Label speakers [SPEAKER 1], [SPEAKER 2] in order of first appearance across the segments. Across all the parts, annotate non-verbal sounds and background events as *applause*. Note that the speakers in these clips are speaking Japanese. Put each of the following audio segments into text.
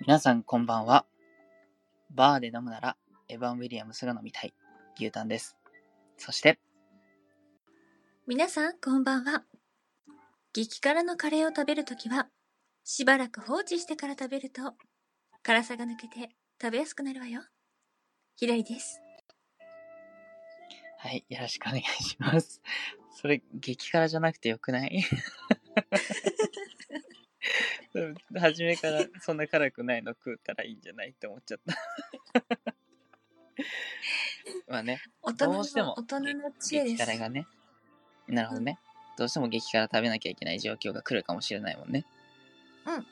[SPEAKER 1] 皆さんこんばんは。バーで飲むなら、エヴァン・ウィリアムスが飲みたい、牛タンです。そして、
[SPEAKER 2] 皆さん、こんばんは。激辛のカレーを食べるときは、しばらく放置してから食べると、辛さが抜けて食べやすくなるわよ。ひらりです。
[SPEAKER 1] はい、よろしくお願いします。 *laughs* それ、激辛じゃなくてよくない *laughs* 初めからそんな辛くないの食うたらいいんじゃないって思っちゃった。 *laughs* まあね、
[SPEAKER 2] 大人
[SPEAKER 1] ど
[SPEAKER 2] の、
[SPEAKER 1] うしても
[SPEAKER 2] 大人の知恵
[SPEAKER 1] 激
[SPEAKER 2] です。
[SPEAKER 1] 辛がね。なるほどね。どうしても激辛食べなきゃいけない状況が来るかもしれないもんね。
[SPEAKER 2] うん。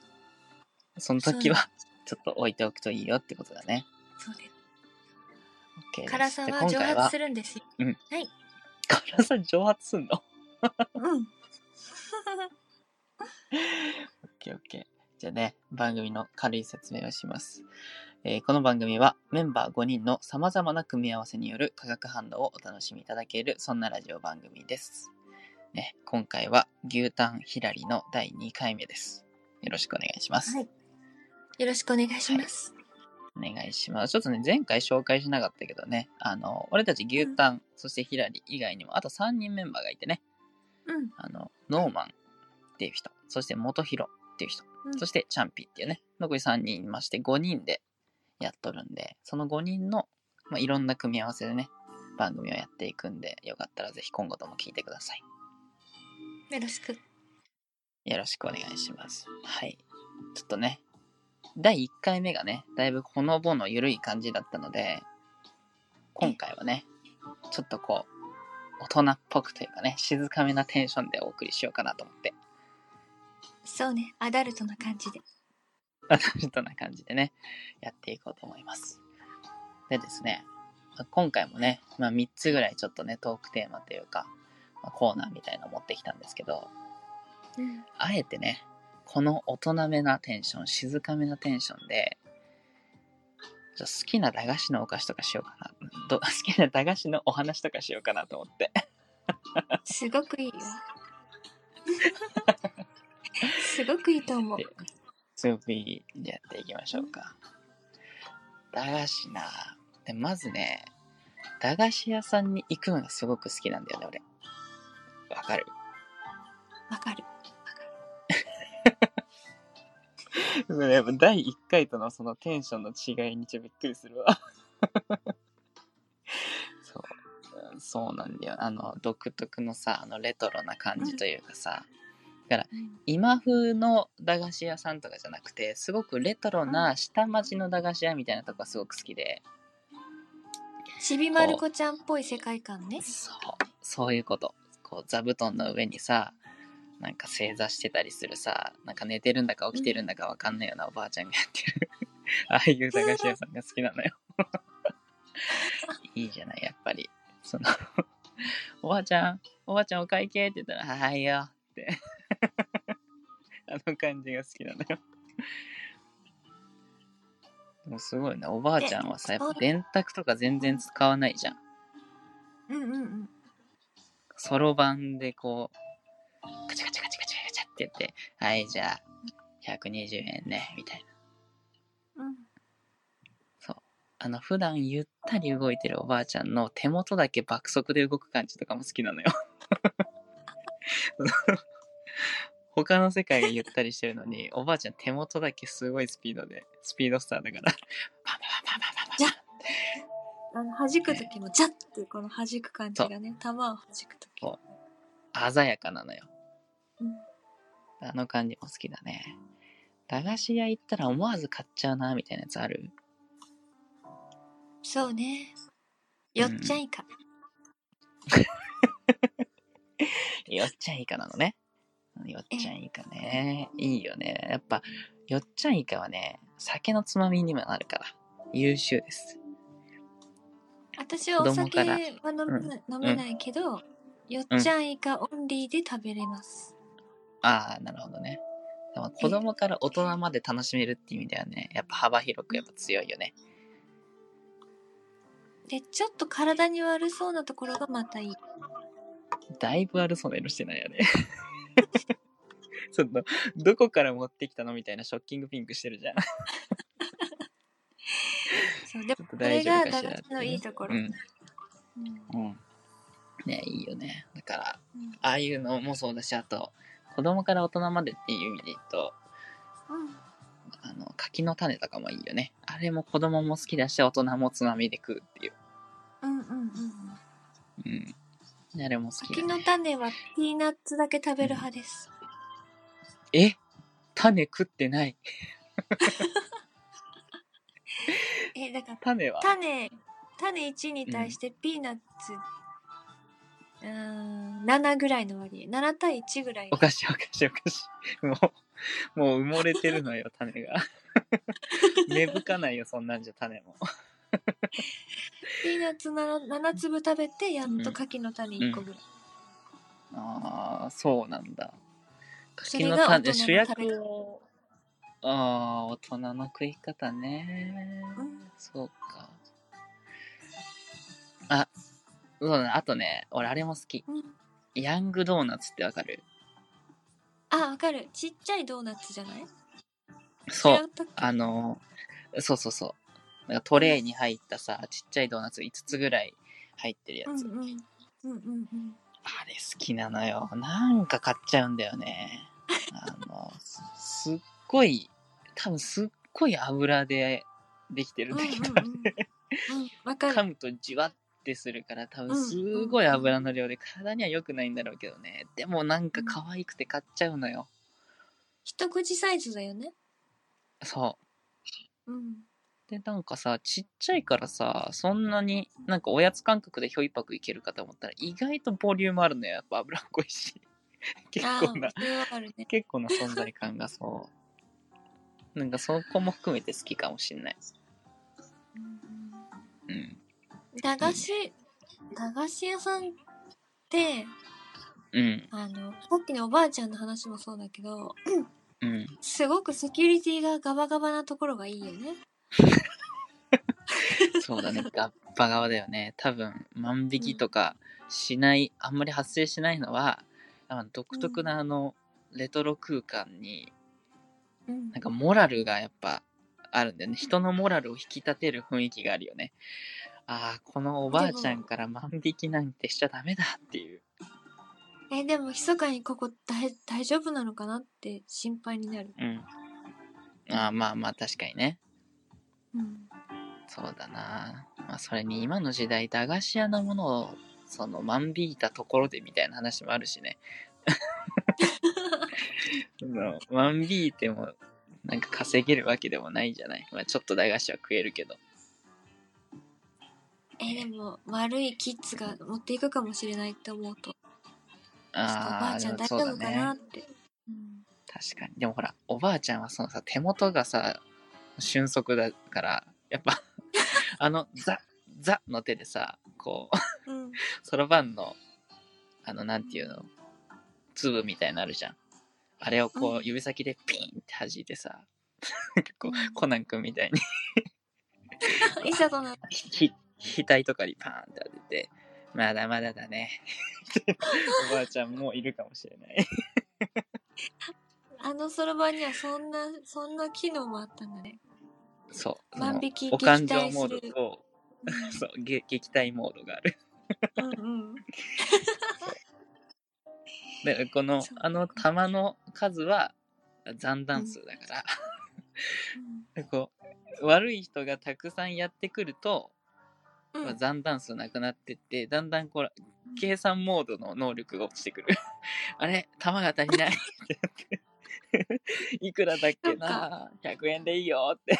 [SPEAKER 1] その時は、ちょっと置いておくといいよってことだね。
[SPEAKER 2] そうです
[SPEAKER 1] OK です
[SPEAKER 2] 辛さ
[SPEAKER 1] で
[SPEAKER 2] は
[SPEAKER 1] 今
[SPEAKER 2] 蒸
[SPEAKER 1] 回
[SPEAKER 2] 発
[SPEAKER 1] は
[SPEAKER 2] す、るんですよ。
[SPEAKER 1] 辛さ蒸発すんの *laughs*
[SPEAKER 2] うん。
[SPEAKER 1] オッケーオッケーじゃあね、番組の軽い説明をします。えーこの番組はメンバー5人の様々な組み合わせによる化学反応をお楽しみいただける、そんなラジオ番組です。ね、今回は牛タンひらりの第2回目です。よろしくお願いします。
[SPEAKER 2] はいよろしくお願いします。
[SPEAKER 1] お願いします。ちょっとね、前回紹介しなかったけどね、あの、俺たち牛タン、そしてひらり以外にも、あと3人メンバーがいてね、
[SPEAKER 2] うん。
[SPEAKER 1] あの、ノーマンっていう人、そして元弘っていう人、
[SPEAKER 2] うん
[SPEAKER 1] そしてチャンピっていうね、残り3人いまして、5人でやっとるんで、その5人の、まあ、いろんな組み合わせでね、番組をやっていくんで、よかったらぜひ今後とも聞いてください。
[SPEAKER 2] よろしく。
[SPEAKER 1] よろしくお願いします。はい。ちょっとね、第1回目がね、だいぶほのぼの緩い感じだったので、今回はね、ちょっとこう、大人っぽくというかね、静かめなテンションでお送りしようかなと思って、 *laughs*
[SPEAKER 2] そうね、アダルトな感じで。
[SPEAKER 1] ちょっとな感じでね、やっていこうと思います。でですね、まあ今回もね、まあ、3つぐらいちょっとね、トークテーマというか、まあコーナーみたいの持ってきたんですけど、
[SPEAKER 2] うん。
[SPEAKER 1] あえてね、この大人めなテンション、静かめなテンションで、ちょっと好きな駄菓子のお菓子とかしようかな。ど *laughs* 好きな駄菓子のお話とかしようかなと思って。 *laughs*
[SPEAKER 2] すごくいいよ。すごくいいと思う。
[SPEAKER 1] すごくいい。じゃあやっていきましょうか。駄菓子なで、まずね、駄菓子屋さんに行くのがすごく好きなんだよね、俺。わかる
[SPEAKER 2] わかる。
[SPEAKER 1] やっぱ第1回とのそのテンションの違いにちょっとびっくりするわ。 *laughs* そううん。そうなんだよ。あの、独特のさ、あの、レトロな感じというかさ、
[SPEAKER 2] うん
[SPEAKER 1] 今風の駄菓子屋さんとかじゃなくてすごくレトロな下町の駄菓子屋みたいなとこがすごく好きで
[SPEAKER 2] ちびまる子ちゃんっぽい世界観ね。
[SPEAKER 1] そうそういうことこう座布団の上にさなんか正座してたりするさなんか寝てるんだか起きてるんだかわかんないようなおばあちゃんがやってる *laughs* ああいう駄菓子屋さんが好きなのよ *laughs* いいじゃないやっぱりそのおばあちゃんおばあちゃんお会計って言ったら「はいよ」って *laughs* あの感じが好きなのよもうすごいなおばあちゃんはさやっぱ電卓とか全然使わないじゃん
[SPEAKER 2] うんうんうん。
[SPEAKER 1] そろばんでこう、カチャカチャカチャカチャカチャってやって、はい、じゃあ、120円ね、みたいな。
[SPEAKER 2] うん
[SPEAKER 1] あの、普段ゆったり動いてるおばあちゃんの手元だけ爆速で動く感じとかも好きなのよ。 *laughs* 他の世界がゆったりしてるのに、おばあちゃん手元だけすごいスピードで、スピードスターだから、パンパンパンパンパンパンパン。
[SPEAKER 2] あの弾く時もジャッっていうこの弾く感じがね玉を弾く時
[SPEAKER 1] そう鮮やかなのよ。
[SPEAKER 2] うん
[SPEAKER 1] あの感じも好きだね。駄菓子屋行ったら思わず買っちゃうな、みたいなやつある
[SPEAKER 2] そうねよっちゃんいか、
[SPEAKER 1] よっちゃんイカなのね。よっちゃんイカね。いいよね。やっぱ、よっちゃんイカはね、酒のつまみにもなるから、優秀です。
[SPEAKER 2] 私はお
[SPEAKER 1] 子供
[SPEAKER 2] 酒
[SPEAKER 1] か
[SPEAKER 2] は
[SPEAKER 1] ら
[SPEAKER 2] 飲め,、飲めないけど、よっちゃんいかオンリーで食べれます、
[SPEAKER 1] ああ、なるほどね。でも子供から大人まで楽しめるって意味ではね、やっぱ幅広くやっぱ強いよね。
[SPEAKER 2] でちょっと体に悪そうなところがまたいい
[SPEAKER 1] だいぶ悪そうな色してないよね。 *laughs* そのどこから持ってきたのみたいなショッキングピンクしてるじゃん。
[SPEAKER 2] そうで
[SPEAKER 1] ちょ
[SPEAKER 2] も
[SPEAKER 1] っと
[SPEAKER 2] こ
[SPEAKER 1] 大
[SPEAKER 2] れ
[SPEAKER 1] 丈夫
[SPEAKER 2] が
[SPEAKER 1] か
[SPEAKER 2] 駄
[SPEAKER 1] しら
[SPEAKER 2] 菓子のいいとこ
[SPEAKER 1] う
[SPEAKER 2] ろ、
[SPEAKER 1] ん。
[SPEAKER 2] うん
[SPEAKER 1] うん。ねいいよね。だから、
[SPEAKER 2] うん
[SPEAKER 1] ああいうのもそうだし、あと、子供から大人までっていう意味で言うと、
[SPEAKER 2] うん
[SPEAKER 1] あの、柿の種とかもいいよね。あれも子供も好きだし、大人もつまみで食うっていう。
[SPEAKER 2] うんうんうん
[SPEAKER 1] うん。ねあれも好き
[SPEAKER 2] 柿
[SPEAKER 1] だ、ね。
[SPEAKER 2] の種はピーナッツだけ食べる派です、
[SPEAKER 1] え種食ってない。
[SPEAKER 2] えだから
[SPEAKER 1] 種は
[SPEAKER 2] 種種1に対してピーナッツ、うーん、7ぐらいの割合7対1ぐらい
[SPEAKER 1] おかしいおかしいおかしい。もう、もう埋もれてるのよ、種が。 *laughs* 芽吹かないよ、そんなんじゃ種も。
[SPEAKER 2] ピーナッツ 7, 7粒食べてやっと牡蠣の種1個ぐらい、
[SPEAKER 1] ああ、そうなんだ。
[SPEAKER 2] そ
[SPEAKER 1] 柿
[SPEAKER 2] れ
[SPEAKER 1] の
[SPEAKER 2] が大
[SPEAKER 1] 種、
[SPEAKER 2] 人の
[SPEAKER 1] 主
[SPEAKER 2] 食べ方
[SPEAKER 1] 役を。ああ、大人の食い方ね。
[SPEAKER 2] うん
[SPEAKER 1] そうか。あ、そうだね、あとね、俺あれも好き。
[SPEAKER 2] うん、
[SPEAKER 1] ヤングドーナツってわかる
[SPEAKER 2] あわかるちっちゃいドーナツじゃない
[SPEAKER 1] そう
[SPEAKER 2] 違。ったっけ
[SPEAKER 1] あの、そうそうそう。なんかトレーに入ったさ、ちっちゃいドーナツ5つぐらい入ってるや
[SPEAKER 2] うん
[SPEAKER 1] つ。
[SPEAKER 2] うんうんうんうん
[SPEAKER 1] あれ好きなのよ。なんか買っちゃうんだよね。あの、すすっごい、多分すっごい油でできて
[SPEAKER 2] う
[SPEAKER 1] る
[SPEAKER 2] んうんん
[SPEAKER 1] だけど、
[SPEAKER 2] うんわか
[SPEAKER 1] 噛
[SPEAKER 2] る
[SPEAKER 1] むとじわってするから、多
[SPEAKER 2] う
[SPEAKER 1] 分
[SPEAKER 2] ん
[SPEAKER 1] すごい油の量で体には良くないんだろうけどね。でもなんか可愛くて買っちゃうのよ。
[SPEAKER 2] 一口サイズだよね
[SPEAKER 1] そう。
[SPEAKER 2] うん
[SPEAKER 1] で、なんかさ、ちっちゃいからさ、そんなに、なんかおやつ感覚でひょいぱくいけるかと思ったら、意外とボリュームあるのよ。やっぱ脂っこいし。結
[SPEAKER 2] あ
[SPEAKER 1] 構な
[SPEAKER 2] あ、それはあるね
[SPEAKER 1] 結構な存在感がそう。なんかそこも含めて好きかもしんない。うん。
[SPEAKER 2] 駄菓子駄菓子屋さんって
[SPEAKER 1] うん。
[SPEAKER 2] あのさっきのおばあちゃんの話もそうだけど
[SPEAKER 1] うん。
[SPEAKER 2] すごくセキュリティがガバガバなところがいいよね
[SPEAKER 1] そうだね。ガッパ側だよね。多分、万引きとかしない、あんまり発生しないのは、あの独特なあの、レトロ空間に、
[SPEAKER 2] うん
[SPEAKER 1] なんかモラルがやっぱあるんだよね。人のモラルを引き立てる雰囲気があるよね。ああ、このおばあちゃんから万引きなんてしちゃダメだっていう。
[SPEAKER 2] えでも密かにここ大大丈夫なのかなって心配になる
[SPEAKER 1] うん。ああ、まあまあ確かにね。
[SPEAKER 2] うん
[SPEAKER 1] そうだな。まあそれに今の時代、駄菓子屋のものをその万引いたところでみたいな話もあるしね。その万引いてもなんか稼げるわけでもないじゃない。まあちょっと駄菓子は食えるけど。
[SPEAKER 2] えでも悪いキッズが持っていくかもしれないって思うとちょっとおば
[SPEAKER 1] あ
[SPEAKER 2] あ
[SPEAKER 1] あ、
[SPEAKER 2] ち
[SPEAKER 1] で
[SPEAKER 2] ゃん
[SPEAKER 1] も
[SPEAKER 2] 大丈
[SPEAKER 1] そうだ
[SPEAKER 2] 夫か
[SPEAKER 1] ね
[SPEAKER 2] な。って、うん
[SPEAKER 1] 確かに。でもほら、おばあちゃんはそのさ、手元がさ、俊足だから、やっぱ、あの、ザ、ザの手でさ、こう、
[SPEAKER 2] うん、
[SPEAKER 1] そろばんの、あの、なんていうの、粒みたいなのあるじゃん。あれをこ
[SPEAKER 2] う
[SPEAKER 1] う、
[SPEAKER 2] ん
[SPEAKER 1] 指先でピーンって弾いてさ、 *laughs* なんかこ
[SPEAKER 2] うん
[SPEAKER 1] う、コナン君みたいに、
[SPEAKER 2] いざとなっ
[SPEAKER 1] ひ、ひ額とかにパーンって当てて、まだまだだ
[SPEAKER 2] *laughs*
[SPEAKER 1] ね。おばあちゃんもいるかもしれない。
[SPEAKER 2] あのそろばんにはそんなそんな機能もあったんだね
[SPEAKER 1] そう。
[SPEAKER 2] 万引き
[SPEAKER 1] そのお感情
[SPEAKER 2] 撃退する
[SPEAKER 1] モードと、そう、げ撃退モードがある。
[SPEAKER 2] うんうん
[SPEAKER 1] でこの
[SPEAKER 2] そう
[SPEAKER 1] あの玉の数は残弾数だから、こう悪い人がたくさんやってくると、
[SPEAKER 2] うんうん
[SPEAKER 1] まあ残弾数なくなってってだんだんこう計算モードの能力が落ちてくるあれ玉が足り
[SPEAKER 2] *laughs*
[SPEAKER 1] ないってなっていくらだっけな100円でいいよって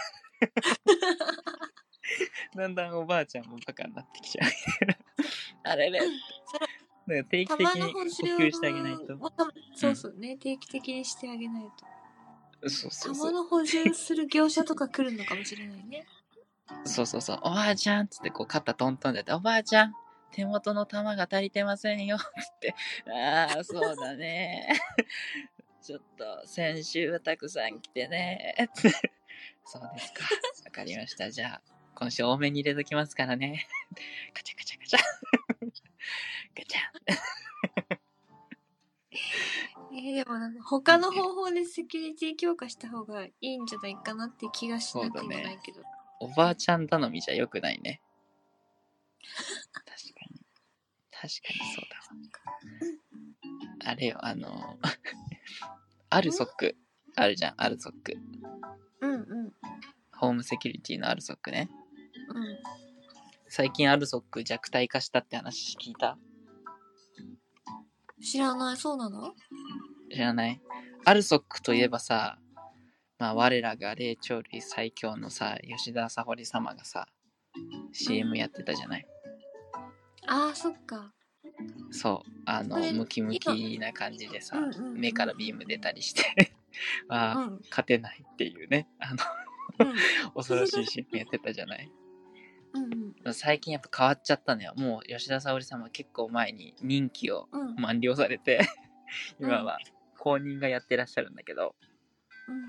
[SPEAKER 1] だんだんおばあちゃんもバカになってき
[SPEAKER 2] *laughs*
[SPEAKER 1] ちゃうあれれってだから定期的
[SPEAKER 2] 玉の
[SPEAKER 1] に
[SPEAKER 2] 補
[SPEAKER 1] 補
[SPEAKER 2] 充
[SPEAKER 1] 給してあげないと
[SPEAKER 2] を多分そうそうね、定期的にしてあげないと
[SPEAKER 1] そうそうそう
[SPEAKER 2] 玉の補充する業者とか来るのかもしれないね
[SPEAKER 1] そうそうそう、おばあちゃんっつってこう肩トントンでやって、おばあちゃん、手元の玉が足りてませんよっつって、ああ、そうだね。 *laughs* ちょっと先週はたくさん来てね。 *laughs* つってそうですか。わかりました。じゃあ、今週多めに入れときますからね。ガチャガチャガチャ。ガチャ。
[SPEAKER 2] え *laughs* えーでもなんか他の方法でセキュリティ強化した方がいいんじゃないかなって気がしなくもないけど。
[SPEAKER 1] おばあちゃん頼みじゃよくないね。確かに。確かにそうだ
[SPEAKER 2] そっか
[SPEAKER 1] わ。あれよ、あの、 *laughs* アルソック。あるじゃん、アルソック。
[SPEAKER 2] うんうん
[SPEAKER 1] ホームセキュリティのアルソックね。
[SPEAKER 2] うん。
[SPEAKER 1] 最近アルソック弱体化したって話聞いた
[SPEAKER 2] 知らない、そうなの
[SPEAKER 1] 知らないアルソックといえばさ、まあ、我らが霊長類最強のさ、吉田沙保里様がさ、CM やってたじゃない。
[SPEAKER 2] ああ、そっか。
[SPEAKER 1] そう、あの
[SPEAKER 2] それ、
[SPEAKER 1] ムキムキな感じでさ
[SPEAKER 2] うんうんう、ん
[SPEAKER 1] 目からビーム出たり
[SPEAKER 2] *laughs*
[SPEAKER 1] して、
[SPEAKER 2] う
[SPEAKER 1] ああ、
[SPEAKER 2] ん。
[SPEAKER 1] 勝てないっていうね、あ
[SPEAKER 2] *laughs*
[SPEAKER 1] の、
[SPEAKER 2] うん
[SPEAKER 1] 恐ろしい CM やってたじゃない。
[SPEAKER 2] うん
[SPEAKER 1] 最近やっぱ変わっちゃったのよ。もう吉田沙保里様結構前に任期を
[SPEAKER 2] うん。うん。
[SPEAKER 1] 満了されて、
[SPEAKER 2] うん
[SPEAKER 1] 今は公認がやってらっしゃるんだけど、
[SPEAKER 2] うん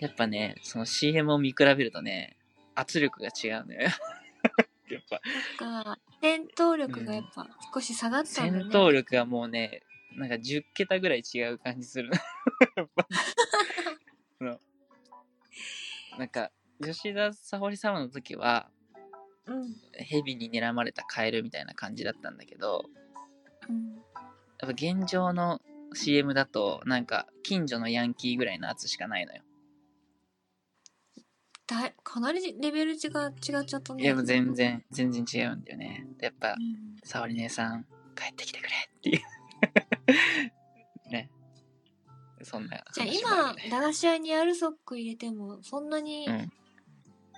[SPEAKER 1] やっぱね、その CM を見比べるとね、圧力が違う
[SPEAKER 2] *laughs*
[SPEAKER 1] のよ。やっぱ、
[SPEAKER 2] か戦闘力がやっぱ少し下がったんだね。
[SPEAKER 1] 戦闘力がもうね、なんか10桁ぐらい違う感じす
[SPEAKER 2] *laughs*
[SPEAKER 1] る。やっぱそのなんか、吉田沙保里様の時は、
[SPEAKER 2] うん
[SPEAKER 1] 蛇に睨まれたカエルみたいな感じだったんだけど、
[SPEAKER 2] うん
[SPEAKER 1] やっぱ現状の CM だと、なんか、近所のヤンキーぐらいの圧しかないのよ。
[SPEAKER 2] だいかなりレベル違が違っちゃったね。
[SPEAKER 1] いや、もう全
[SPEAKER 2] うん。
[SPEAKER 1] 然、全然違うんだよね。でやっぱ、沙織姉さん帰ってきてくれっていうねそんな
[SPEAKER 2] じゃあ
[SPEAKER 1] 話も
[SPEAKER 2] 今
[SPEAKER 1] るね
[SPEAKER 2] 駄菓子屋にアルソック入れてもそんなに
[SPEAKER 1] うん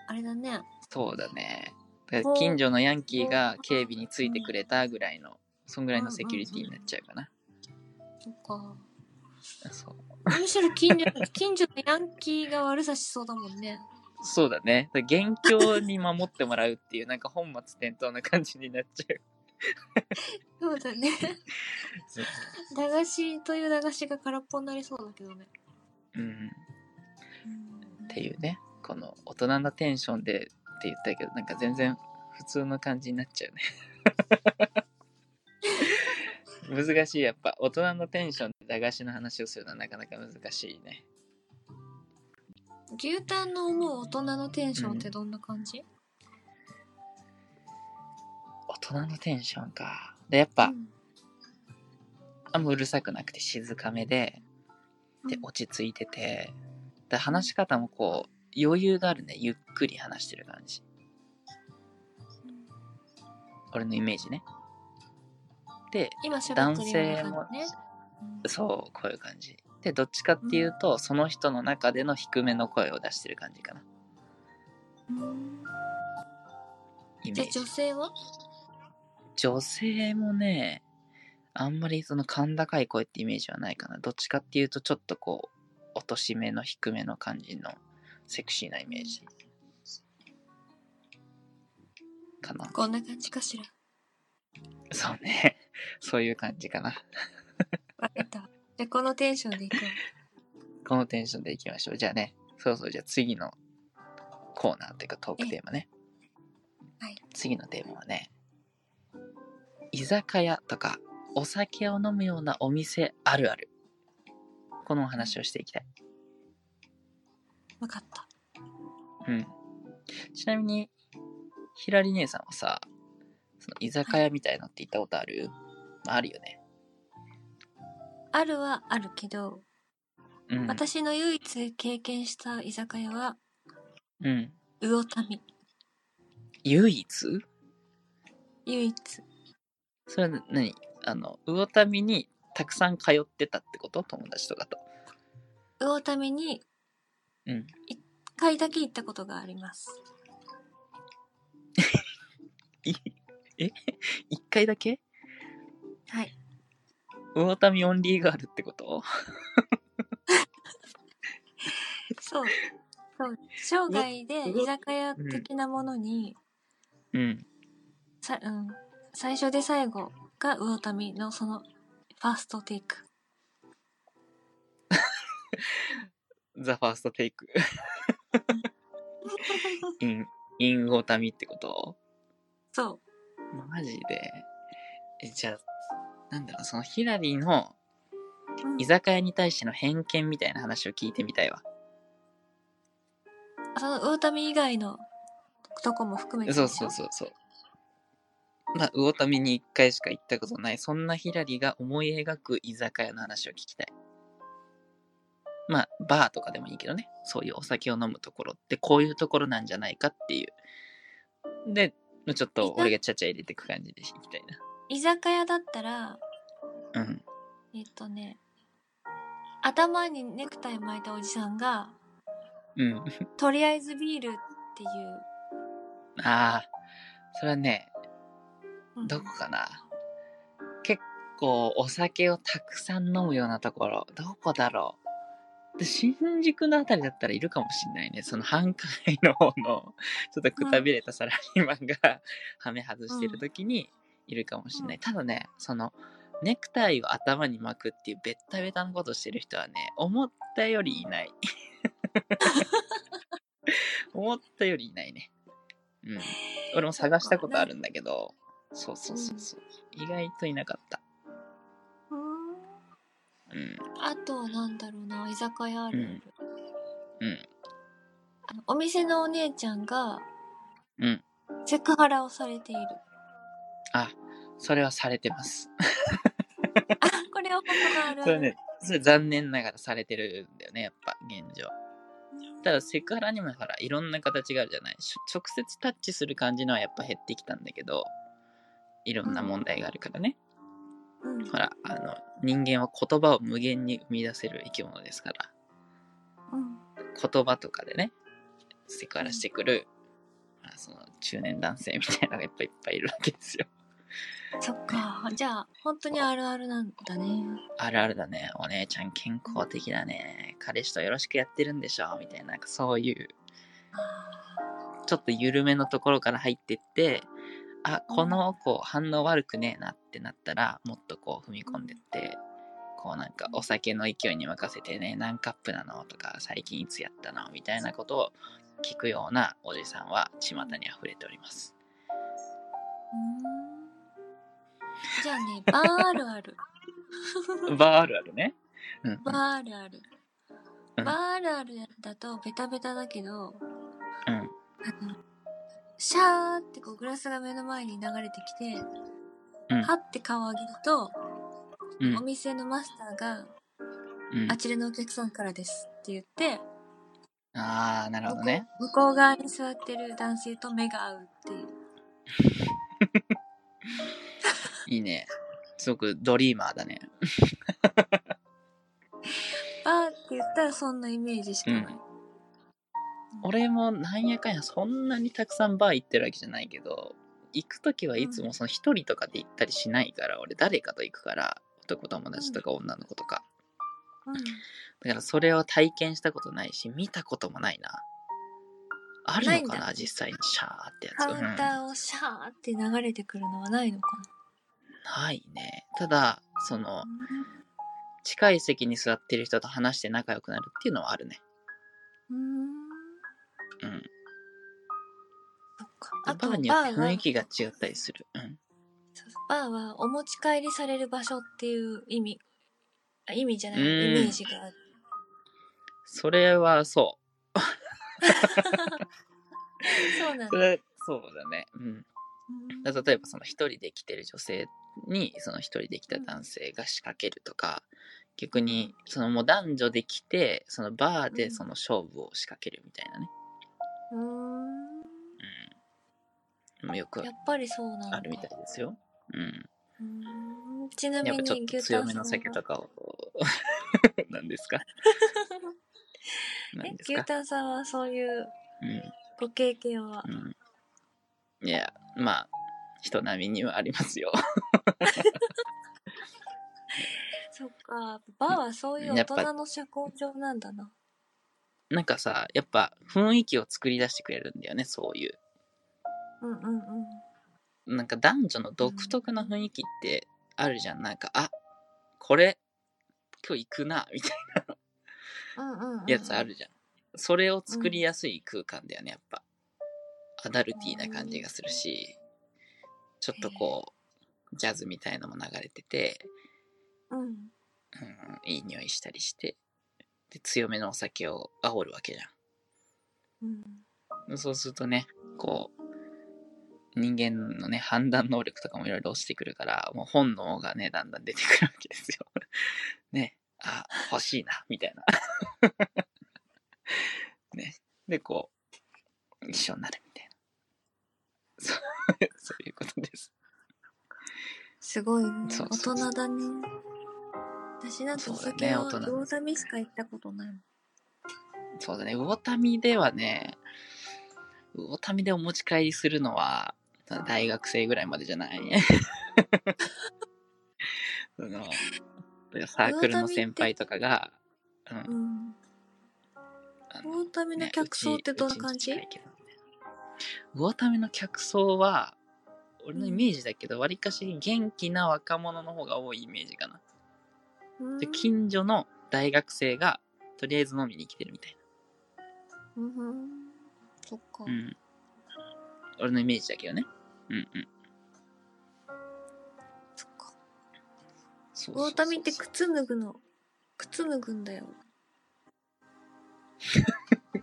[SPEAKER 2] あれだね。
[SPEAKER 1] そうだねだから近所のヤンキーが警備についてくれたぐらいのそんぐらいのセキュリティになっちゃうかな、
[SPEAKER 2] そっか。
[SPEAKER 1] そう
[SPEAKER 2] むしろ近所 *laughs* 近所のヤンキーが悪さしそうだもんね。
[SPEAKER 1] そうだねだから元凶に守ってもらうっていうなんか本末転倒な感じになっちゃう
[SPEAKER 2] そうだね。
[SPEAKER 1] そう
[SPEAKER 2] 駄菓子という駄菓子が空っぽになりそうだけどね。
[SPEAKER 1] うん
[SPEAKER 2] うん
[SPEAKER 1] っていうねこの大人なテンションでって言ったけどなんか全然普通の感じになっちゃ *laughs* うね難しいやっぱ大人のテンションで駄菓子の話をするのはなかなか難しいね
[SPEAKER 2] 牛タンの思う大人のテンションってどんな感じ、
[SPEAKER 1] 大人のテンションかでやっぱ、
[SPEAKER 2] うん
[SPEAKER 1] あんまうるさくなくて静かめでで
[SPEAKER 2] うん
[SPEAKER 1] 落ち着いててで話し方もこう余裕があるねゆっくり話してる感じ俺のイメージねで
[SPEAKER 2] 今喋っ
[SPEAKER 1] 男
[SPEAKER 2] てるよう
[SPEAKER 1] 性
[SPEAKER 2] な
[SPEAKER 1] も
[SPEAKER 2] 感じね。
[SPEAKER 1] そう、こういう感じ。で、どっちかっていうと、その人の中での低めの声を出してる感じかな。
[SPEAKER 2] うん
[SPEAKER 1] イ
[SPEAKER 2] じ
[SPEAKER 1] メ
[SPEAKER 2] ゃあ
[SPEAKER 1] ージ
[SPEAKER 2] 女。性は
[SPEAKER 1] 女性もね、あんまりその甲高い声ってイメージはないかな。どっちかっていうと、ちょっとこう、落としめの低めの感じのセクシーなイメージ。かな。
[SPEAKER 2] こんな感じかしら。
[SPEAKER 1] そうね。そういう感じかな。
[SPEAKER 2] わかった。じゃあこのテンションでいこ
[SPEAKER 1] このテンションでいきましょう。じゃあね、そうそう、じゃあ次のコーナーというかトークテーマね。
[SPEAKER 2] はい
[SPEAKER 1] 次のテーマはね、居酒屋とかお酒を飲むようなお店あるある。このお話をしていきたい。
[SPEAKER 2] う。わかった。
[SPEAKER 1] うん。ちなみに、ひらり姉さんはさ、その居酒屋みたいなのって行ったことある、まあ、あるよね。
[SPEAKER 2] あるはあるけど、
[SPEAKER 1] うん。
[SPEAKER 2] 私の唯一経験した居酒屋は、
[SPEAKER 1] うん。
[SPEAKER 2] 魚民。
[SPEAKER 1] 唯一
[SPEAKER 2] 唯一。
[SPEAKER 1] それは何あの、魚民にたくさん通ってたってこと友達とかと。
[SPEAKER 2] 魚民に
[SPEAKER 1] うん。
[SPEAKER 2] 一回だけ行ったことがあります。
[SPEAKER 1] いえ *laughs* 一回だけ
[SPEAKER 2] はい。
[SPEAKER 1] 魚民オンリーガールってこと
[SPEAKER 2] そう。そう。生涯で居酒屋的なものに、
[SPEAKER 1] うん。
[SPEAKER 2] さうん、最初で最後が魚民のその、ファースト
[SPEAKER 1] *laughs*
[SPEAKER 2] テイク。
[SPEAKER 1] ザ・ファースト・テイク。 *laughs* イン、イン・ゴータミってこと
[SPEAKER 2] そう。
[SPEAKER 1] マジで。え、じゃあ、なんだろう、そのヒラリーの
[SPEAKER 2] うん
[SPEAKER 1] 居酒屋に対しての偏見みたいな話を聞いてみたいわ。
[SPEAKER 2] その魚民以外のとこも含めてでし
[SPEAKER 1] そ
[SPEAKER 2] ょ
[SPEAKER 1] うそうそうそう。まあ、魚民に一回しか行ったことない、そんなヒラリが思い描く居酒屋の話を聞きたい。まあ、バーとかでもいいけどね、そういうお酒を飲むところってこういうところなんじゃないかっていう。で、ちょっと俺がちゃちゃ入れてく感じでいきたい
[SPEAKER 2] 居酒屋だったら
[SPEAKER 1] な。うん。
[SPEAKER 2] えっとね頭にネクタイ巻いたおじさんが
[SPEAKER 1] うん。
[SPEAKER 2] とりあえずビールっていう
[SPEAKER 1] ああ、それはね、
[SPEAKER 2] うん
[SPEAKER 1] どこかな。結構お酒をたくさん飲むようなところ、どこだろう。で新宿のあたりだったらいるかもしれないね。その繁華街の方の、ちょっとくたびれたサラリーマンが、 *laughs* ハメ外してる時にいるかもしれない。ただね、その、ネクタイを頭に巻くっていうベッタベタなことしてる人はね、思ったよりい
[SPEAKER 2] *laughs*
[SPEAKER 1] ない。思ったよりいないね。うん。俺も探したことあるんだけど、そうそうそうそう、意外といなかった。
[SPEAKER 2] うーん
[SPEAKER 1] うん。
[SPEAKER 2] あとなんだろうな居酒屋あるある、
[SPEAKER 1] うん。
[SPEAKER 2] あのお店のお姉ちゃんが
[SPEAKER 1] うん。
[SPEAKER 2] セクハラをされて
[SPEAKER 1] *laughs*
[SPEAKER 2] いる
[SPEAKER 1] あ、それはされてます。
[SPEAKER 2] あこれは本当があるある
[SPEAKER 1] それはね、それ残念ながらされてるんだよね、やっぱ、現状。ただ、セクハラにもほら、いろんな形があるじゃない。し直接タッチする感じのはやっぱ減ってきたんだけど、いろんな問題があるからね。
[SPEAKER 2] うん
[SPEAKER 1] ほら、あの、人間は言葉を無限に生み出せる生き物ですから。
[SPEAKER 2] うん
[SPEAKER 1] 言葉とかでねセクハラしてくる、まあ、その中年男性みたいなのがいっぱいいっぱいいるわけですよ
[SPEAKER 2] そっかじゃあ本当にあるあるなんだね
[SPEAKER 1] あるあるだねお姉ちゃん健康的だね彼氏とよろしくやってるんでしょみたいななんかそういうちょっと緩めのところから入ってってあこの子反応悪くねえなってなったらもっとこう踏み込んでってこうなんかお酒の勢いに任せてね何カップなのとか最近いつやったのみたいなことを聞くようなおじさんは巷に溢れております
[SPEAKER 2] うんじゃあ
[SPEAKER 1] *laughs*
[SPEAKER 2] ねバーあるある
[SPEAKER 1] バーあるあるねうん
[SPEAKER 2] バーあるある
[SPEAKER 1] う
[SPEAKER 2] バ
[SPEAKER 1] ん
[SPEAKER 2] ーあるあるだとベタベタだけど
[SPEAKER 1] うん
[SPEAKER 2] あのシャーってこうグラスが目の前に流れてきて、
[SPEAKER 1] うん
[SPEAKER 2] はって顔を上げると、
[SPEAKER 1] うん
[SPEAKER 2] お店のマスターが、
[SPEAKER 1] うん
[SPEAKER 2] あちらのお客さんからですって言って、
[SPEAKER 1] ああなるほどね
[SPEAKER 2] 向こう側に座ってる男性と目が合うっていう。
[SPEAKER 1] いいねすごくドリーマーだね
[SPEAKER 2] バーって言ったらそんなイメージしかない。
[SPEAKER 1] うん俺もなんやかんやそんなにたくさんバー行ってるわけじゃないけど行く時はいつもその一人とかで行ったりしないから俺誰かと行くから男友達とか女の子とか
[SPEAKER 2] うん
[SPEAKER 1] だからそれを体験したことないし見たこともないなあるの
[SPEAKER 2] な
[SPEAKER 1] か
[SPEAKER 2] いん
[SPEAKER 1] な
[SPEAKER 2] だ
[SPEAKER 1] 実際にシャーってやつ
[SPEAKER 2] カウンターをシャーって流れてくるのはないのか
[SPEAKER 1] うん、ないねただその
[SPEAKER 2] な。
[SPEAKER 1] 近い席に座ってる人と話して仲良くなるっていうのはあるね
[SPEAKER 2] うん。うん
[SPEAKER 1] うん
[SPEAKER 2] そっか
[SPEAKER 1] バ
[SPEAKER 2] あとバ
[SPEAKER 1] ーに
[SPEAKER 2] ー
[SPEAKER 1] よっ
[SPEAKER 2] は
[SPEAKER 1] て雰囲気が違ったりするうん
[SPEAKER 2] そうそうバーはお持ち帰りされる場所っていう意味あ意味じゃないイ
[SPEAKER 1] うん
[SPEAKER 2] メージがある *laughs*
[SPEAKER 1] それはそう
[SPEAKER 2] そうなん
[SPEAKER 1] そ *laughs*
[SPEAKER 2] だ
[SPEAKER 1] れそうだねうん
[SPEAKER 2] うん
[SPEAKER 1] だ例えばその一人で来てる女性にその一人で来た男性が仕掛けるとか、逆にそのもう男女で来てそのバーでその勝負を仕掛けるみたいなね、
[SPEAKER 2] うー
[SPEAKER 1] う
[SPEAKER 2] ん
[SPEAKER 1] ん、もうよく
[SPEAKER 2] やっぱりそうなんだ
[SPEAKER 1] あるみたいですよ、うん、
[SPEAKER 2] うーんちなみ
[SPEAKER 1] やっぱちょ
[SPEAKER 2] に
[SPEAKER 1] っと
[SPEAKER 2] 牛タ
[SPEAKER 1] 強
[SPEAKER 2] ン
[SPEAKER 1] め
[SPEAKER 2] さん
[SPEAKER 1] の酒と
[SPEAKER 2] は
[SPEAKER 1] かを *laughs* 何です
[SPEAKER 2] *laughs*
[SPEAKER 1] か
[SPEAKER 2] え
[SPEAKER 1] 何です
[SPEAKER 2] 牛
[SPEAKER 1] か、
[SPEAKER 2] タンさんはそういう
[SPEAKER 1] うん
[SPEAKER 2] ご経験は
[SPEAKER 1] うん、いやまあ人並みにはありますよ *laughs*
[SPEAKER 2] そっかバーはそういう
[SPEAKER 1] や
[SPEAKER 2] 大
[SPEAKER 1] っぱ
[SPEAKER 2] 人の社交場なんだな
[SPEAKER 1] なんかさやっぱ雰囲気を作り出してくれるんだよねそういう
[SPEAKER 2] うんうんうん
[SPEAKER 1] なんか男女の独特な雰囲気ってあるじゃん。なんか、あこれ、今日行くな、みたい
[SPEAKER 2] うんうんうんう
[SPEAKER 1] な
[SPEAKER 2] ん
[SPEAKER 1] やつあるじゃん。それを作りやすい空間だよね、やっぱ。アダルティーな感じがするし、ちょっとこう、ジャズみたいのも流れてて、
[SPEAKER 2] うん
[SPEAKER 1] うん、いい匂いしたりして、で、強めのお酒を煽るわけじゃん。
[SPEAKER 2] うん。
[SPEAKER 1] そうするとね、こう、人間のね、判断能力とかもいろいろ落ちてくるから、もう本能がね、だんだん出てくるわけですよ。 *laughs* ね、あ、欲しいな、みたいな。 *laughs* ね、で、こう、一緒になるみたいな。そうそういうことです。
[SPEAKER 2] すごいね。
[SPEAKER 1] そう
[SPEAKER 2] 大
[SPEAKER 1] そう
[SPEAKER 2] 人だね。私なんてお
[SPEAKER 1] そうだ
[SPEAKER 2] 酒
[SPEAKER 1] ね
[SPEAKER 2] は
[SPEAKER 1] 大人
[SPEAKER 2] 餃子にしか行ったことないもん。
[SPEAKER 1] そうだね、魚民ではね、魚民でお持ち帰りするのは、大学生ぐらいまでじゃ
[SPEAKER 2] *laughs*
[SPEAKER 1] ない。そのサークルの先輩とかが、うん、
[SPEAKER 2] うん。
[SPEAKER 1] あの
[SPEAKER 2] 大民の
[SPEAKER 1] ね
[SPEAKER 2] 客層ってどんな感
[SPEAKER 1] う
[SPEAKER 2] じ
[SPEAKER 1] ちうちに近いけどね魚民の客層は、俺のイメージだけど、わりかし元気な若者の方が多いイメージかな。
[SPEAKER 2] うん
[SPEAKER 1] で、近所の大学生が、とりあえず飲みに来てるみたい
[SPEAKER 2] うん。そっか
[SPEAKER 1] な。う。ん。俺のイメージだけどね。うんうん。
[SPEAKER 2] そっか。
[SPEAKER 1] そうそうそうそう
[SPEAKER 2] 魚民って靴脱ぐの。靴脱ぐんだよ。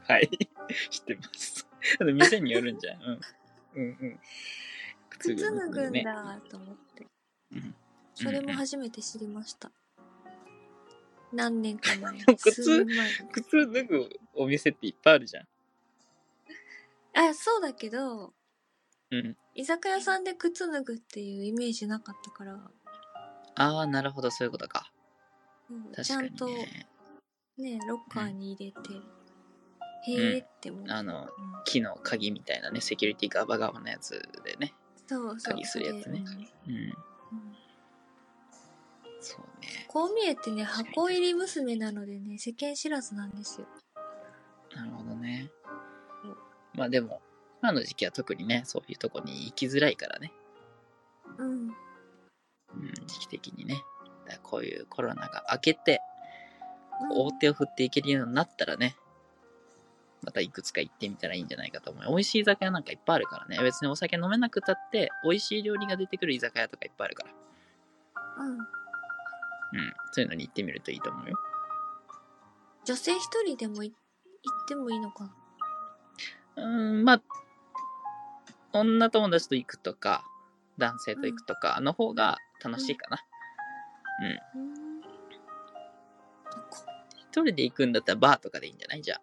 [SPEAKER 1] はい。 *laughs* 知ってます。あの店によるんじゃん。うん。うんうん。
[SPEAKER 2] 靴脱ぐん
[SPEAKER 1] ね。
[SPEAKER 2] だと思って。
[SPEAKER 1] うん
[SPEAKER 2] それも初めて知りました。何年か前
[SPEAKER 1] も。 *laughs* 靴
[SPEAKER 2] 数年前に。
[SPEAKER 1] 靴脱ぐお店っていっぱいあるじゃん。
[SPEAKER 2] あ、そうだけど、
[SPEAKER 1] うん。
[SPEAKER 2] 居酒屋さんで靴脱ぐっていうイメージなかったから、
[SPEAKER 1] ああ、なるほど、そういうことか。
[SPEAKER 2] うん
[SPEAKER 1] 確
[SPEAKER 2] ちゃ
[SPEAKER 1] か
[SPEAKER 2] んと
[SPEAKER 1] にね。
[SPEAKER 2] ね、ロッカーに入れて、へえって思う。
[SPEAKER 1] あの、
[SPEAKER 2] うん
[SPEAKER 1] 木の鍵みたいなね、セキュリティガバガバのやつでね。
[SPEAKER 2] そうそう。
[SPEAKER 1] 鍵するやつね
[SPEAKER 2] それうん
[SPEAKER 1] うん。
[SPEAKER 2] うん
[SPEAKER 1] そうね。
[SPEAKER 2] こう見えてね、
[SPEAKER 1] 確かに
[SPEAKER 2] 箱入り娘なのでね、世間知らずなんですよ。
[SPEAKER 1] なるほどね
[SPEAKER 2] うん。
[SPEAKER 1] まあでも、今の時期は特にね、そういうとこに行きづらいからね。
[SPEAKER 2] うん。
[SPEAKER 1] うん、時期的にね。だからこういうコロナが明けて、
[SPEAKER 2] うん
[SPEAKER 1] 大手を振っていけるようになったらね、またいくつか行ってみたらいいんじゃないかと思う。美味しい居酒屋なんかいっぱいあるからね。別にお酒飲めなくたって、美味しい料理が出てくる居酒屋とかいっぱいあるから。
[SPEAKER 2] うん。
[SPEAKER 1] うん。そういうのに行ってみるといいと思うよ。
[SPEAKER 2] 女性一人でもい行ってもいいのかな。
[SPEAKER 1] うーん、まあ、女友達と行くとか、男性と行くとかの方が楽しいかな。
[SPEAKER 2] うん。そっか
[SPEAKER 1] 一人で行くんだったらバーとかでいいんじゃないじゃあ。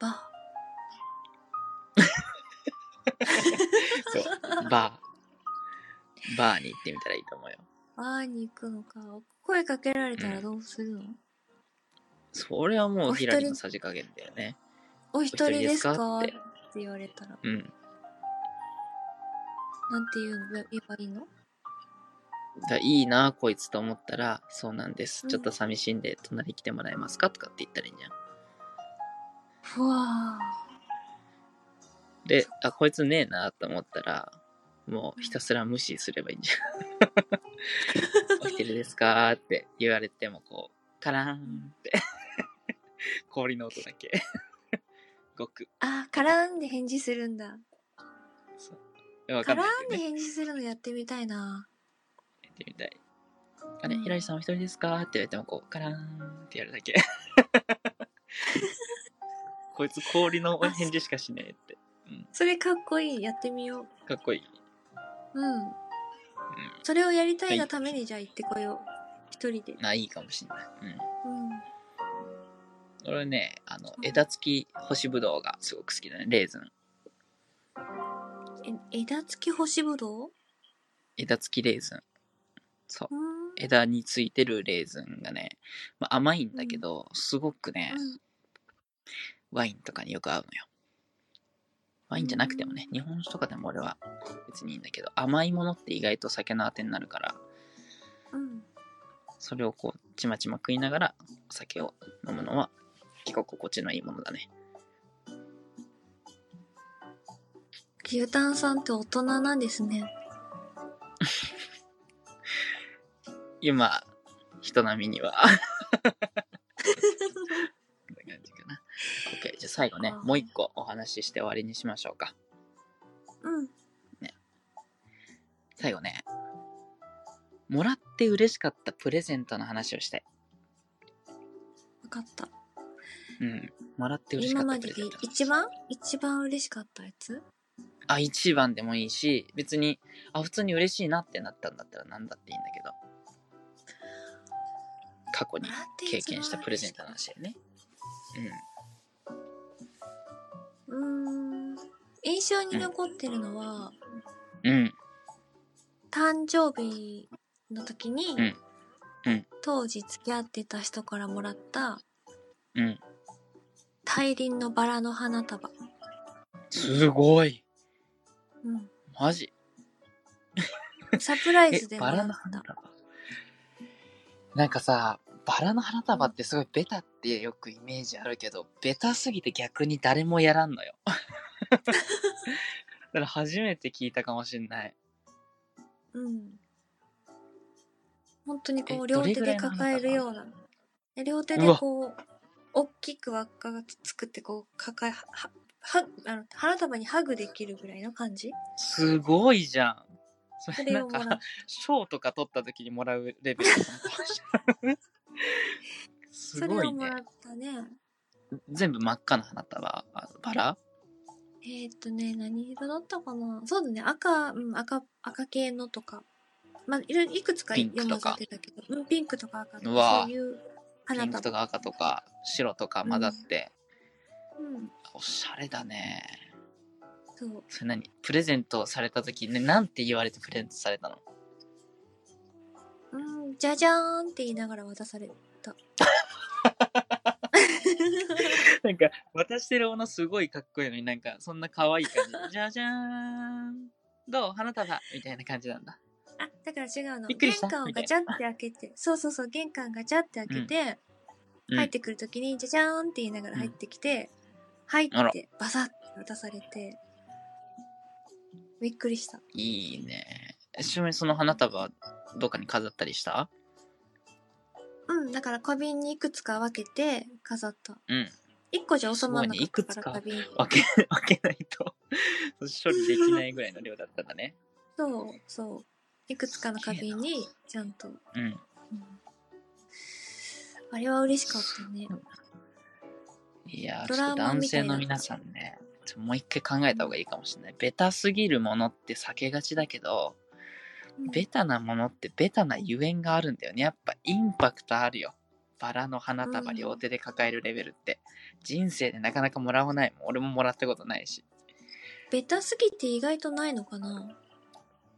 [SPEAKER 2] バー。
[SPEAKER 1] そう。バー。バーに行ってみたらいいと思うよ。
[SPEAKER 2] バーに行くのか。声かけられたらどうするの、
[SPEAKER 1] それはも
[SPEAKER 2] お
[SPEAKER 1] う
[SPEAKER 2] 一
[SPEAKER 1] ヒ
[SPEAKER 2] 人
[SPEAKER 1] ラリのさじ加減だよね。
[SPEAKER 2] お一人ですか
[SPEAKER 1] お
[SPEAKER 2] っ
[SPEAKER 1] 一
[SPEAKER 2] て
[SPEAKER 1] 人です
[SPEAKER 2] 言われたら。
[SPEAKER 1] うん。
[SPEAKER 2] なんて言うの言えばいいの
[SPEAKER 1] だいいなこいつと思ったら「そうなんです
[SPEAKER 2] うん
[SPEAKER 1] ちょっと寂しいんで隣来てもらえますか?」とかって言ったらいいんじゃん。
[SPEAKER 2] ふわ
[SPEAKER 1] で「あこいつねえな」と思ったらもうひたすら無視すればいいんじゃ
[SPEAKER 2] *laughs*
[SPEAKER 1] ん。起きてるですかって言われてもこうカラーンって *laughs* 氷の音だけ *laughs* ごく
[SPEAKER 2] ー。あー、絡んで返事するんだ。
[SPEAKER 1] そうわか
[SPEAKER 2] 絡
[SPEAKER 1] んない
[SPEAKER 2] ん
[SPEAKER 1] けど
[SPEAKER 2] で
[SPEAKER 1] ね
[SPEAKER 2] 返事するのやってみたいな。
[SPEAKER 1] やってみたい。あれ、ひらりさんお一人ですかって言われてもこうカラーンってやるだけこいつ氷の返事しかしねえって。
[SPEAKER 2] それかっこいい。やってみよ
[SPEAKER 1] かっこいい。
[SPEAKER 2] う。うん。
[SPEAKER 1] う
[SPEAKER 2] それをやりたいがためにじゃあ行ってこよう。一人で。
[SPEAKER 1] ん。あ、いいかもしんない。うん。
[SPEAKER 2] うん。
[SPEAKER 1] 俺ね、あの、枝付き干しぶどうがすごく好きだね。レーズン。
[SPEAKER 2] え、枝付き干しぶどう
[SPEAKER 1] 枝付きレーズン。そう。
[SPEAKER 2] うん。
[SPEAKER 1] 枝についてるレーズンがね、まあ、甘いんだけど、すごくね、
[SPEAKER 2] うん
[SPEAKER 1] ワインとかによく合うのよ。ワインじゃなくてもね、日本酒とかでも俺は別にいいんだけど、甘いものって意外と酒のあてになるから、
[SPEAKER 2] うん。
[SPEAKER 1] それをこう、ちまちま食いながらお酒を飲むのは、結構心地のいいものだね。
[SPEAKER 2] 牛タンさんって大人なんですね。
[SPEAKER 1] 今、人並みには。こんな感じかな。OK。じゃあ最後ね
[SPEAKER 2] あ、ー
[SPEAKER 1] もう一個お話しして終わりにしましょうか。
[SPEAKER 2] うん。
[SPEAKER 1] 最後ね、もらっって嬉しかったプレゼントの話をしたい。
[SPEAKER 2] 分かった。
[SPEAKER 1] うん。もらって嬉しか
[SPEAKER 2] 今
[SPEAKER 1] った
[SPEAKER 2] ま
[SPEAKER 1] プ
[SPEAKER 2] で
[SPEAKER 1] レゼ
[SPEAKER 2] で
[SPEAKER 1] ント。
[SPEAKER 2] 一番一番嬉しかったやつ
[SPEAKER 1] あ、一番でもいいし、別に、あ、普通に嬉しいなってなったんだったら何だっていいんだけど。過去に
[SPEAKER 2] もらって一
[SPEAKER 1] 経
[SPEAKER 2] 番
[SPEAKER 1] 験したプレゼントの話だよね。うん。
[SPEAKER 2] うーん。印象に残ってるのは、
[SPEAKER 1] うん。
[SPEAKER 2] 誕生日の時に、
[SPEAKER 1] うんうん
[SPEAKER 2] 当時付き合ってた人からもらった
[SPEAKER 1] うん。
[SPEAKER 2] 大輪のバラの花束。
[SPEAKER 1] すごい。
[SPEAKER 2] うん。
[SPEAKER 1] マジ。
[SPEAKER 2] サプライ
[SPEAKER 1] *laughs* え
[SPEAKER 2] ズで、も
[SPEAKER 1] バ
[SPEAKER 2] ら
[SPEAKER 1] ラ
[SPEAKER 2] っ
[SPEAKER 1] の花
[SPEAKER 2] た。
[SPEAKER 1] 束なんかさ、バラの花束ってすごいベタってよくイメージあるけど、ベタすぎて逆に誰もやらんのよ。 *laughs* だから初めて聞いたかもしんない。
[SPEAKER 2] うん。本当にこう
[SPEAKER 1] え
[SPEAKER 2] 両手
[SPEAKER 1] どれ
[SPEAKER 2] で
[SPEAKER 1] ぐらいの
[SPEAKER 2] 抱えるよう
[SPEAKER 1] 花
[SPEAKER 2] な。え両手でこう、大きく輪っかが作ってこう抱え、は、ははあの花束にハグできるぐらいの感じ
[SPEAKER 1] すごいじゃん。そ
[SPEAKER 2] そ
[SPEAKER 1] れ
[SPEAKER 2] れ
[SPEAKER 1] な
[SPEAKER 2] を
[SPEAKER 1] ん
[SPEAKER 2] もらっ
[SPEAKER 1] か、賞とか取った時にもらうレベルなのかもしれないす
[SPEAKER 2] それ
[SPEAKER 1] ご
[SPEAKER 2] を
[SPEAKER 1] い
[SPEAKER 2] も
[SPEAKER 1] ね
[SPEAKER 2] ら。ったね。
[SPEAKER 1] 全部真っ赤な花束、あバラ
[SPEAKER 2] えーっとね、何色だったかなそうだね、赤、うん、赤、赤系のとか。まあ、いろいくつか
[SPEAKER 1] ピンク
[SPEAKER 2] 読
[SPEAKER 1] と
[SPEAKER 2] ま
[SPEAKER 1] か
[SPEAKER 2] されてたけど、うん、ピンクとか赤と
[SPEAKER 1] う
[SPEAKER 2] か、
[SPEAKER 1] わ
[SPEAKER 2] そういう
[SPEAKER 1] ピ
[SPEAKER 2] 花
[SPEAKER 1] ンクと
[SPEAKER 2] 束。
[SPEAKER 1] か赤とか白とか混ざって、
[SPEAKER 2] うん、
[SPEAKER 1] おしゃれだね。
[SPEAKER 2] そう。
[SPEAKER 1] それ何プレゼントされた時ね、なんて言われてプレゼントされたの
[SPEAKER 2] うん、じゃじゃーんって言いながら渡され
[SPEAKER 1] *laughs*
[SPEAKER 2] た。
[SPEAKER 1] なんか、渡してるものすごいかっこいいのになんか、そんな可愛い感 *laughs* じ。じゃじゃーん。どう花束みたいな感じなんだ。
[SPEAKER 2] あ、だから違うの。
[SPEAKER 1] びっくり
[SPEAKER 2] 玄
[SPEAKER 1] した
[SPEAKER 2] 関をガチャって開けて、そうそうそう、玄関ガチャって開けて、
[SPEAKER 1] うん
[SPEAKER 2] 入ってくるときに、じゃじゃーんって言いながら入ってきて、入
[SPEAKER 1] あ
[SPEAKER 2] っ
[SPEAKER 1] ら
[SPEAKER 2] て、バサッて渡されて、びっくりした。
[SPEAKER 1] いいね。ちなみにその花束、どっかに飾ったりした
[SPEAKER 2] うん、だから花瓶にいくつか分けて飾った。
[SPEAKER 1] うん。
[SPEAKER 2] 一個じゃ収まらなかった
[SPEAKER 1] す
[SPEAKER 2] から
[SPEAKER 1] ごいねいくつか
[SPEAKER 2] 花瓶。
[SPEAKER 1] 分け、 *laughs* 分けないと、 *laughs* 処理できないぐらいの量だったんだね。
[SPEAKER 2] そう、そう。いくつかの花瓶に、ちゃんと、
[SPEAKER 1] うん。
[SPEAKER 2] うんあれは嬉しかったね。
[SPEAKER 1] いやー、
[SPEAKER 2] ド
[SPEAKER 1] ちょっ
[SPEAKER 2] ラ
[SPEAKER 1] と
[SPEAKER 2] マ
[SPEAKER 1] 男
[SPEAKER 2] みた
[SPEAKER 1] 性
[SPEAKER 2] いだ
[SPEAKER 1] の
[SPEAKER 2] った
[SPEAKER 1] 皆さんね、ちょもう一回考えた方がいいかもしれない。ベタすぎるものって避けがちだけど、
[SPEAKER 2] うん
[SPEAKER 1] ベタなものってベタなゆえんがあるんだよね。やっぱインパクトあるよ。バラの花束
[SPEAKER 2] うん
[SPEAKER 1] 両手で抱えるレベルって、人生でなかなかもらわないもん。俺ももらったことないし。
[SPEAKER 2] ベタすぎて意外とないのかな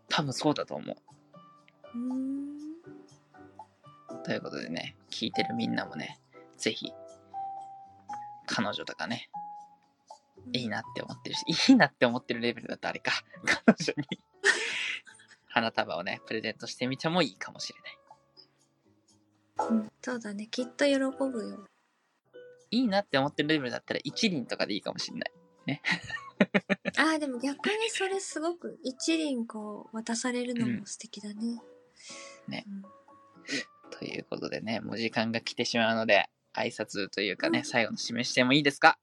[SPEAKER 1] 多分そうだと思う。
[SPEAKER 2] うーん。
[SPEAKER 1] ということでね、聞いてるみんなもね、ぜひ、彼女とかね、いいなって思ってるし、いいなって思ってるレベルだとあれか。彼女に花束をね、プレゼントしてみてもいいかもしれない。
[SPEAKER 2] うん。そうだね。きっと喜ぶ
[SPEAKER 1] *laughs*
[SPEAKER 2] よ。
[SPEAKER 1] いいなって思ってるレベルだったら一輪とかでいいかもしれない。
[SPEAKER 2] ああ、でも逆にそれすごく、一輪こう、渡されるの
[SPEAKER 1] う
[SPEAKER 2] も
[SPEAKER 1] ん
[SPEAKER 2] 素敵だね。
[SPEAKER 1] ね
[SPEAKER 2] うん。
[SPEAKER 1] ということでね、もう時間が来てしまうので、挨拶というかね、
[SPEAKER 2] うん
[SPEAKER 1] 最後の示してもいいですか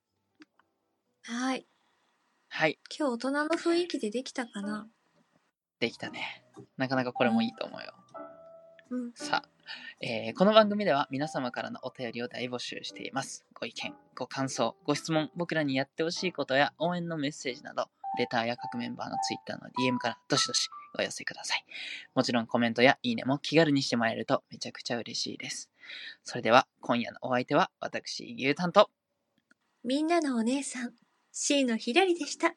[SPEAKER 2] はい。
[SPEAKER 1] はい、
[SPEAKER 2] 今日大人の雰囲気でできたかな
[SPEAKER 1] できたね。なかなかこれもいいと思うよ。
[SPEAKER 2] うん。
[SPEAKER 1] さあ、えーこの番組では皆様からのお便りを大募集しています。ご意見、ご感想、ご質問、僕らにやってほしいことや応援のメッセージなど、レターや各メンバーのツイッターの DM からどしどしお寄せください。もちろんコメントやいいねも気軽にしてもらえるとめちゃくちゃ嬉しいです。それでは今夜のお相手は私、ゆうたんと、
[SPEAKER 2] みんなのお姉さん、C のひらりでした。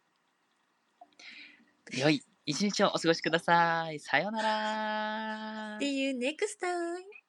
[SPEAKER 1] 良い一日をお過ごしください。さようなら
[SPEAKER 2] っ。ていうネクスタイム。